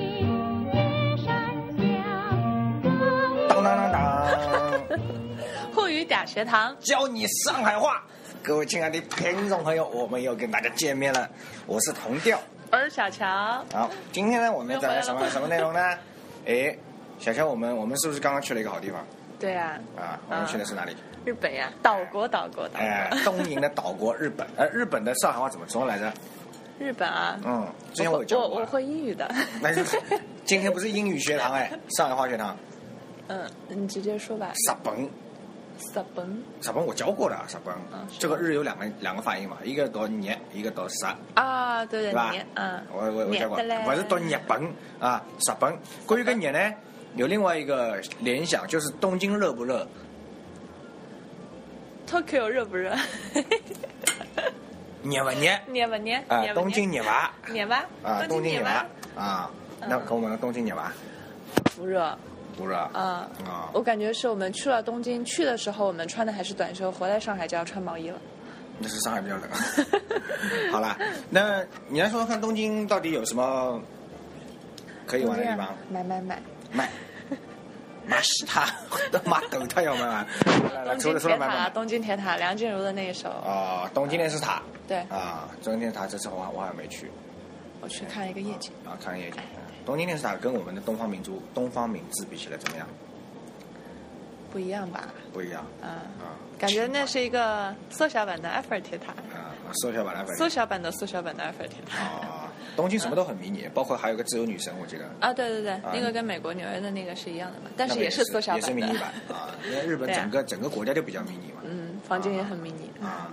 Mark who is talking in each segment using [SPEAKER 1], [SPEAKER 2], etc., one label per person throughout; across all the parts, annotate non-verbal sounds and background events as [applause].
[SPEAKER 1] [laughs] 语嗲学堂，
[SPEAKER 2] 教你上海话。各位亲爱的听众朋友，我们又跟大家见面了，我是童调。
[SPEAKER 1] 我是小乔。
[SPEAKER 2] 好，今天呢，我们带来什
[SPEAKER 1] 又回
[SPEAKER 2] 么
[SPEAKER 1] 来了
[SPEAKER 2] 什么内容呢？
[SPEAKER 1] [laughs]
[SPEAKER 2] 哎，小乔，我们我们是不是刚刚去了一个好地方
[SPEAKER 1] 对啊，
[SPEAKER 2] 啊？我们去的是哪里？
[SPEAKER 1] 日本呀，岛国，岛国，岛
[SPEAKER 2] 哎、
[SPEAKER 1] 国。
[SPEAKER 2] 东瀛的岛国日
[SPEAKER 1] [laughs]
[SPEAKER 2] 本。呃，日本的上海话怎么说来着？
[SPEAKER 1] 日本啊，
[SPEAKER 2] 嗯，之前我有教
[SPEAKER 1] 我
[SPEAKER 2] 过 [laughs]
[SPEAKER 1] 我
[SPEAKER 2] 啊。
[SPEAKER 1] 会英语的。
[SPEAKER 2] 那就今天不是英语学堂哎，上海话学堂。
[SPEAKER 1] [laughs] 嗯，你直接说吧。
[SPEAKER 2] 日本，
[SPEAKER 1] 日本
[SPEAKER 2] 日本我教过的啊，日本
[SPEAKER 1] 嗯。是
[SPEAKER 2] 这个日有两个两个发音嘛，一个读年，一个读啥。
[SPEAKER 1] 啊，对对，
[SPEAKER 2] 对吧
[SPEAKER 1] 你嗯，
[SPEAKER 2] 我我我
[SPEAKER 1] 你
[SPEAKER 2] 讲过
[SPEAKER 1] 的嘞，
[SPEAKER 2] 我是读日本啊，日本。关于跟日呢，有另外一个联想，就是东京热不
[SPEAKER 1] [laughs]
[SPEAKER 2] 热？
[SPEAKER 1] Tokyo 热不热？ [laughs]
[SPEAKER 2] 热不热？
[SPEAKER 1] 捏吧捏，
[SPEAKER 2] 啊
[SPEAKER 1] 捏，吧
[SPEAKER 2] 东京热吧？
[SPEAKER 1] 捏吧，嗯
[SPEAKER 2] 啊，东京
[SPEAKER 1] 捏
[SPEAKER 2] 热吧？啊，那跟我们的东京热吧？
[SPEAKER 1] 不热，
[SPEAKER 2] 不热啊
[SPEAKER 1] 嗯。我感觉是我们去了东京，去的时候我们穿的还是短袖，回来上海就要穿毛衣了。
[SPEAKER 2] 那是上海比较
[SPEAKER 1] [laughs]
[SPEAKER 2] 冷。啊好啦，那你来说说看东京到底有什么可以玩的地方？
[SPEAKER 1] 买买买！ [laughs]
[SPEAKER 2] 买。妈死他！ [laughs] 我的妈狗，他要买
[SPEAKER 1] [laughs]
[SPEAKER 2] 买。来来，
[SPEAKER 1] 东
[SPEAKER 2] 除
[SPEAKER 1] 京
[SPEAKER 2] 了除了
[SPEAKER 1] 铁
[SPEAKER 2] 买买
[SPEAKER 1] 塔，
[SPEAKER 2] 买。
[SPEAKER 1] 东京铁塔，梁静茹的那一首，
[SPEAKER 2] 哦，东京电视塔。
[SPEAKER 1] 对
[SPEAKER 2] 啊，中央电视塔这次我还我还没去
[SPEAKER 1] 我去看一个夜景，
[SPEAKER 2] 啊，看夜景。嗯东京电视塔跟我们的东方明珠、东方明珠比起来怎么样？
[SPEAKER 1] 不一样吧？
[SPEAKER 2] 不一样
[SPEAKER 1] 啊，
[SPEAKER 2] 啊
[SPEAKER 1] 感觉那是一个缩小版的埃菲尔铁塔，
[SPEAKER 2] 啊！搜一下吧，来，反
[SPEAKER 1] 缩
[SPEAKER 2] 正
[SPEAKER 1] 小版的缩小版的埃菲尔铁塔。
[SPEAKER 2] 啊，东京什么都很迷你，包括还有个自由女神，我记得。
[SPEAKER 1] 啊，对对对，那个跟美国纽约的那个是一样的嘛，但
[SPEAKER 2] 那
[SPEAKER 1] 是
[SPEAKER 2] 个也
[SPEAKER 1] 是缩小
[SPEAKER 2] 也是
[SPEAKER 1] 版
[SPEAKER 2] 迷你
[SPEAKER 1] 的
[SPEAKER 2] 版。啊，因为日本
[SPEAKER 1] [laughs] 对啊
[SPEAKER 2] 整个整个国家就比较迷你嘛。
[SPEAKER 1] 嗯，房间也很迷你。
[SPEAKER 2] 啊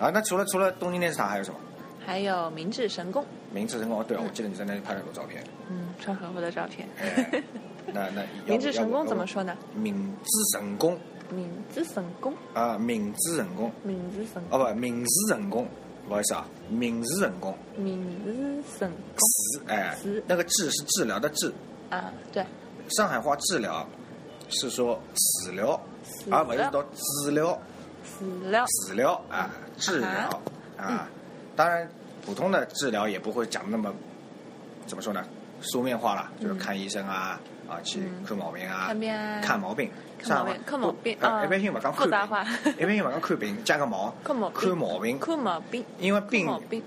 [SPEAKER 2] 啊，那除了除了东京电视塔还有什么？
[SPEAKER 1] 还有明治神宫，
[SPEAKER 2] 明治神宫，哦对啊，我记得你在那里拍了很多照片。
[SPEAKER 1] 嗯，穿和服的照片。 [laughs]
[SPEAKER 2] 哎那那
[SPEAKER 1] 明治神宫怎么
[SPEAKER 2] 说？
[SPEAKER 1] 说呢？
[SPEAKER 2] 明治神宫
[SPEAKER 1] 明治神宫，
[SPEAKER 2] 啊，明治神宫
[SPEAKER 1] 明治神宫，
[SPEAKER 2] 哦不，明治神宫，不好意思啊，明治神宫，
[SPEAKER 1] 明治神宫
[SPEAKER 2] 治哎
[SPEAKER 1] 治，
[SPEAKER 2] 那个治是治疗的治，
[SPEAKER 1] 啊，对，
[SPEAKER 2] 上海话治疗是说治疗，
[SPEAKER 1] 治疗
[SPEAKER 2] 而不是读治疗
[SPEAKER 1] 资料
[SPEAKER 2] 治疗啊治疗啊，
[SPEAKER 1] 嗯
[SPEAKER 2] 当然普通的治疗也不会讲那么怎么说呢，书面化了，就是看医生啊啊去看毛病啊
[SPEAKER 1] 嗯看，病啊，
[SPEAKER 2] 看毛病，
[SPEAKER 1] 看
[SPEAKER 2] 上
[SPEAKER 1] 毛病
[SPEAKER 2] 海话
[SPEAKER 1] 看毛病
[SPEAKER 2] 不呃
[SPEAKER 1] 啊
[SPEAKER 2] 一般性勿讲看
[SPEAKER 1] 复杂化
[SPEAKER 2] 病，一般性勿讲看病，加个毛，
[SPEAKER 1] 看毛病
[SPEAKER 2] 看毛病，
[SPEAKER 1] 看毛病，
[SPEAKER 2] 因为
[SPEAKER 1] 看
[SPEAKER 2] 病
[SPEAKER 1] 毛病，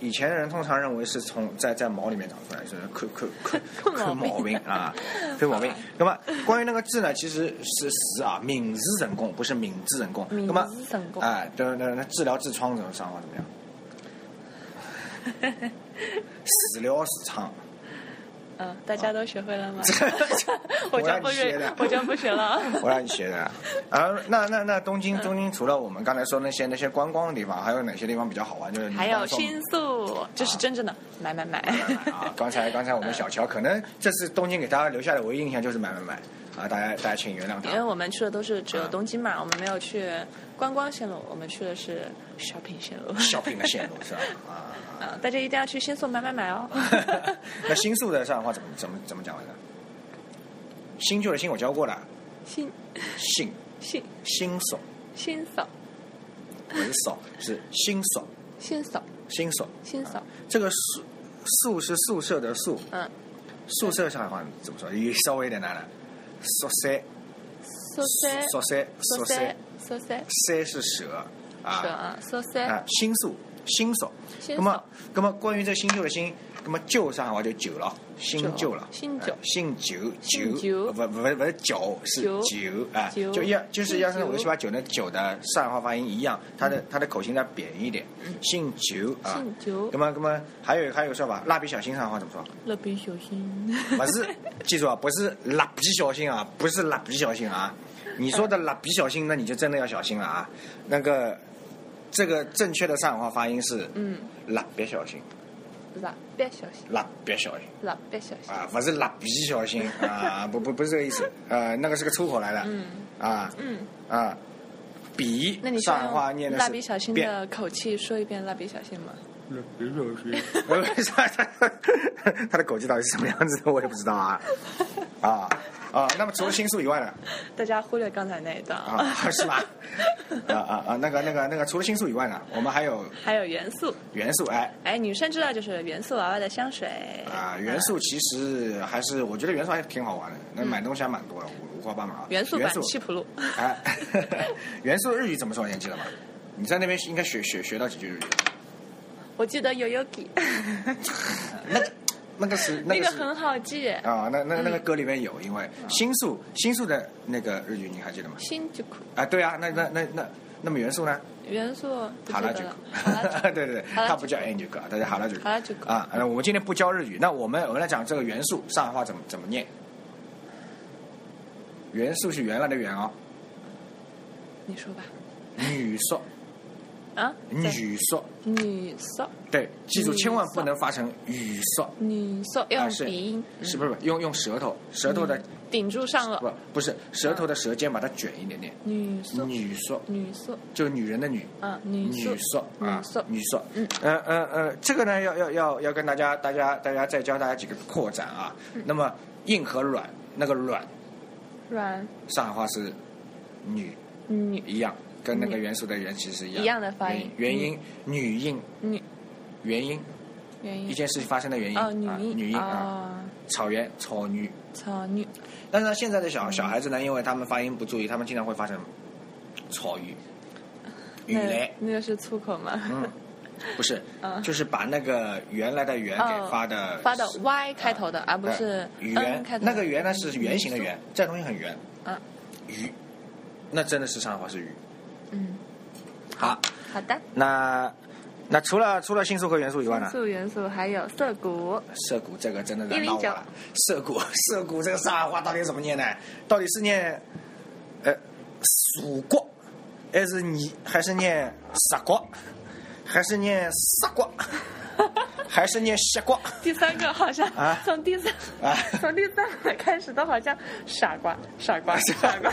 [SPEAKER 2] 以前人通常认为是从在在毛里面长出来，就是看
[SPEAKER 1] [laughs]
[SPEAKER 2] 看看
[SPEAKER 1] 看
[SPEAKER 2] 看
[SPEAKER 1] 毛
[SPEAKER 2] 毛病啊， [laughs] 看
[SPEAKER 1] [laughs]
[SPEAKER 2] 毛病。那么关于那个字呢，其实是实啊，敏治神功，不是敏治神功。
[SPEAKER 1] 明
[SPEAKER 2] 那么
[SPEAKER 1] 治神宫，
[SPEAKER 2] 哎，就是那那治疗痔疮怎么上话怎么样？
[SPEAKER 1] [laughs]
[SPEAKER 2] 治疗痔疮，
[SPEAKER 1] 嗯，大家都学会了吗？
[SPEAKER 2] [laughs] 我
[SPEAKER 1] 我
[SPEAKER 2] 让
[SPEAKER 1] 就
[SPEAKER 2] 你
[SPEAKER 1] 不
[SPEAKER 2] 学
[SPEAKER 1] 学
[SPEAKER 2] 的，
[SPEAKER 1] 我就不学
[SPEAKER 2] [laughs]
[SPEAKER 1] 了。
[SPEAKER 2] 我让你学的。啊，那那那东京东京除了我们刚才说那些那些观光的地方，还有哪些地方比较好玩？就是你
[SPEAKER 1] 还
[SPEAKER 2] 刚
[SPEAKER 1] 有
[SPEAKER 2] 刚说
[SPEAKER 1] 新宿，这是真正的买买
[SPEAKER 2] [laughs]
[SPEAKER 1] 买。
[SPEAKER 2] 啊，刚才刚才我们小乔可能这次东京给大家留下的唯一印象就是买买买啊，大家大家请原谅
[SPEAKER 1] 因为
[SPEAKER 2] 他。
[SPEAKER 1] 我们去的都是只有东京嘛，我们没有去观光线路，我们去的是 shopping 线
[SPEAKER 2] [laughs]
[SPEAKER 1] 路。
[SPEAKER 2] shopping 的线路是吧？啊，
[SPEAKER 1] 啊，大家一定要去新宿买买
[SPEAKER 2] [laughs]
[SPEAKER 1] 买哦！
[SPEAKER 2] 那新宿的上海话怎么怎么怎么讲来着？新旧的新我教过了，
[SPEAKER 1] 新
[SPEAKER 2] 新
[SPEAKER 1] 新
[SPEAKER 2] 新手
[SPEAKER 1] 新宿
[SPEAKER 2] 不是手是新手
[SPEAKER 1] 新宿
[SPEAKER 2] 新手，
[SPEAKER 1] 新宿，
[SPEAKER 2] 这个宿宿是宿舍的宿，
[SPEAKER 1] 嗯，
[SPEAKER 2] 宿舍上海话怎么说？也稍微有点难了，宿舍
[SPEAKER 1] 宿舍
[SPEAKER 2] 宿舍
[SPEAKER 1] 宿
[SPEAKER 2] 宿
[SPEAKER 1] 舍
[SPEAKER 2] 舍，
[SPEAKER 1] 宿舍
[SPEAKER 2] 舍是蛇
[SPEAKER 1] 是
[SPEAKER 2] 啊
[SPEAKER 1] 啊，宿舍
[SPEAKER 2] 啊，新宿新手。那
[SPEAKER 1] 新宿
[SPEAKER 2] 么，那么关于这新旧的新，那么旧上海话就旧了，新旧了，
[SPEAKER 1] 新旧
[SPEAKER 2] 呃新旧
[SPEAKER 1] 新
[SPEAKER 2] 旧，
[SPEAKER 1] 旧
[SPEAKER 2] 不不不是酒是
[SPEAKER 1] 酒
[SPEAKER 2] 酒啊，
[SPEAKER 1] 酒
[SPEAKER 2] 就要就是要是
[SPEAKER 1] 新旧
[SPEAKER 2] 我去把酒那酒的上海话发音一样，它的它的口型再扁一点，新旧啊。
[SPEAKER 1] 嗯新酒
[SPEAKER 2] 那么那么还有还有说法，蜡笔小新上海话怎么说？
[SPEAKER 1] 蜡笔小
[SPEAKER 2] [laughs]
[SPEAKER 1] 新，
[SPEAKER 2] 不
[SPEAKER 1] [laughs]
[SPEAKER 2] 是，记住啊，不是蜡笔小新啊，不是蜡笔小新啊。你说
[SPEAKER 1] 嗯
[SPEAKER 2] 的蜡笔小新，那你就真的要小心了啊。那个这个正确的上海话发音是
[SPEAKER 1] 嗯，
[SPEAKER 2] 蜡笔小新。
[SPEAKER 1] 蜡笔小新，
[SPEAKER 2] 蜡笔小新
[SPEAKER 1] 蜡笔小新，
[SPEAKER 2] 啊，不是蜡笔小新啊，不不不是这个意思，呃，那个是个出口来的，
[SPEAKER 1] 嗯
[SPEAKER 2] 啊
[SPEAKER 1] 嗯，
[SPEAKER 2] 啊，笔
[SPEAKER 1] 那你，
[SPEAKER 2] 上海话念的
[SPEAKER 1] 用蜡
[SPEAKER 2] 是
[SPEAKER 1] 笔小新
[SPEAKER 2] 变， [laughs]
[SPEAKER 1] 的口气说一遍蜡笔小新吗？
[SPEAKER 2] 不是他他的口气到底是什么样子的，我也不知道啊，啊啊，那么除了新宿以外呢，
[SPEAKER 1] 大家忽略刚才那一段啊，
[SPEAKER 2] 啊是吧？啊啊啊，那个那个那个，除了新宿以外呢，我们还有
[SPEAKER 1] [laughs] 还有元素，
[SPEAKER 2] 元素，哎
[SPEAKER 1] 哎，女生知道就是元素娃娃的香水
[SPEAKER 2] 啊啊，元素其实还是我觉得元素还挺好玩的，那买东西还蛮多的，我我括号帮忙啊。
[SPEAKER 1] 元素版
[SPEAKER 2] 元素
[SPEAKER 1] 西
[SPEAKER 2] [laughs]
[SPEAKER 1] 普路，
[SPEAKER 2] 哎，元素日语怎么说？你还记得吗？你在那边应该学学学到几句日语？
[SPEAKER 1] 我记得有 Yogi，
[SPEAKER 2] 那那个是
[SPEAKER 1] 那
[SPEAKER 2] 个
[SPEAKER 1] 个
[SPEAKER 2] 是
[SPEAKER 1] 很嗯好记。
[SPEAKER 2] 啊，那那那个歌里面有，因为新宿新宿的那个日语你还记得吗？
[SPEAKER 1] 新宿
[SPEAKER 2] 啊，对啊，那那那那那么元素呢？
[SPEAKER 1] 元素不
[SPEAKER 2] 哈拉
[SPEAKER 1] 记得
[SPEAKER 2] 吉
[SPEAKER 1] 了，
[SPEAKER 2] 古
[SPEAKER 1] 好了，，
[SPEAKER 2] [laughs] 对对对，
[SPEAKER 1] 拉
[SPEAKER 2] 它
[SPEAKER 1] 吉
[SPEAKER 2] 不叫 N 吉古，它叫哈拉吉
[SPEAKER 1] 好了，就够。
[SPEAKER 2] 啊。那我们今天不教日语，那我们我们来讲这个元素，上海话怎么怎么念？元素是原来的元哦，
[SPEAKER 1] 你说吧。
[SPEAKER 2] 女色
[SPEAKER 1] 啊，对
[SPEAKER 2] 女色，
[SPEAKER 1] 女色，
[SPEAKER 2] 对，记住
[SPEAKER 1] 女
[SPEAKER 2] 千万不
[SPEAKER 1] 色
[SPEAKER 2] 能发成语色，
[SPEAKER 1] 女色
[SPEAKER 2] 啊
[SPEAKER 1] 用
[SPEAKER 2] 是
[SPEAKER 1] 鼻音，
[SPEAKER 2] 是
[SPEAKER 1] 嗯
[SPEAKER 2] 不是？用用舌头，舌头的
[SPEAKER 1] 顶住上
[SPEAKER 2] 不
[SPEAKER 1] 颚。
[SPEAKER 2] 不是舌头的舌尖把它卷一点点，
[SPEAKER 1] 女色，
[SPEAKER 2] 女色
[SPEAKER 1] 女色，
[SPEAKER 2] 就是女人的女，
[SPEAKER 1] 啊，嗯女色
[SPEAKER 2] 女，色啊
[SPEAKER 1] 女色，
[SPEAKER 2] 女色，
[SPEAKER 1] 嗯，
[SPEAKER 2] 呃呃呃，这个呢，要要要要跟大家大家大家再教大家几个扩展啊。
[SPEAKER 1] 嗯
[SPEAKER 2] 那么硬和软，那个软，
[SPEAKER 1] 软
[SPEAKER 2] 上海话是女
[SPEAKER 1] 女
[SPEAKER 2] 一样，跟那个元素的元其实一样，
[SPEAKER 1] 一样的发音嗯
[SPEAKER 2] 元音女硬
[SPEAKER 1] 女
[SPEAKER 2] 元音，
[SPEAKER 1] 原
[SPEAKER 2] 一
[SPEAKER 1] 因
[SPEAKER 2] 件事情发生的原因
[SPEAKER 1] 哦，
[SPEAKER 2] 啊，
[SPEAKER 1] 女音
[SPEAKER 2] 女音啊，
[SPEAKER 1] 啊，
[SPEAKER 2] 草原草女。
[SPEAKER 1] 草女
[SPEAKER 2] 但是呢，现在的
[SPEAKER 1] 嗯
[SPEAKER 2] 小小孩子呢，因为他们发音不注意，他们经常会发成草鱼、鱼
[SPEAKER 1] [laughs] 那
[SPEAKER 2] 雷，
[SPEAKER 1] 那个是粗口吗？
[SPEAKER 2] 嗯，不是，
[SPEAKER 1] [laughs] 嗯哦
[SPEAKER 2] 就是把那个原来的原给发的
[SPEAKER 1] 发的 Y 开头的，而不是
[SPEAKER 2] 圆
[SPEAKER 1] N 开头的。
[SPEAKER 2] 那个圆呢是圆形的圆，这东西很圆。
[SPEAKER 1] 啊，
[SPEAKER 2] 鱼，那真的是上海话是鱼。
[SPEAKER 1] 嗯，
[SPEAKER 2] 好，
[SPEAKER 1] 好的。
[SPEAKER 2] 那那除了除了新宿和元素以外
[SPEAKER 1] 元
[SPEAKER 2] 呢？
[SPEAKER 1] 素元素还有涩谷，
[SPEAKER 2] 涩谷这个真的难到我了。涩谷 [laughs] 涩谷这个上海话到底怎么念呢？到底是念呃蜀国，还是你还是念杀国，还是念杀国，还是念西国？
[SPEAKER 1] 第三个好像
[SPEAKER 2] 啊
[SPEAKER 1] 从第三
[SPEAKER 2] 啊啊
[SPEAKER 1] 从第三个开始都好像傻瓜傻瓜傻瓜。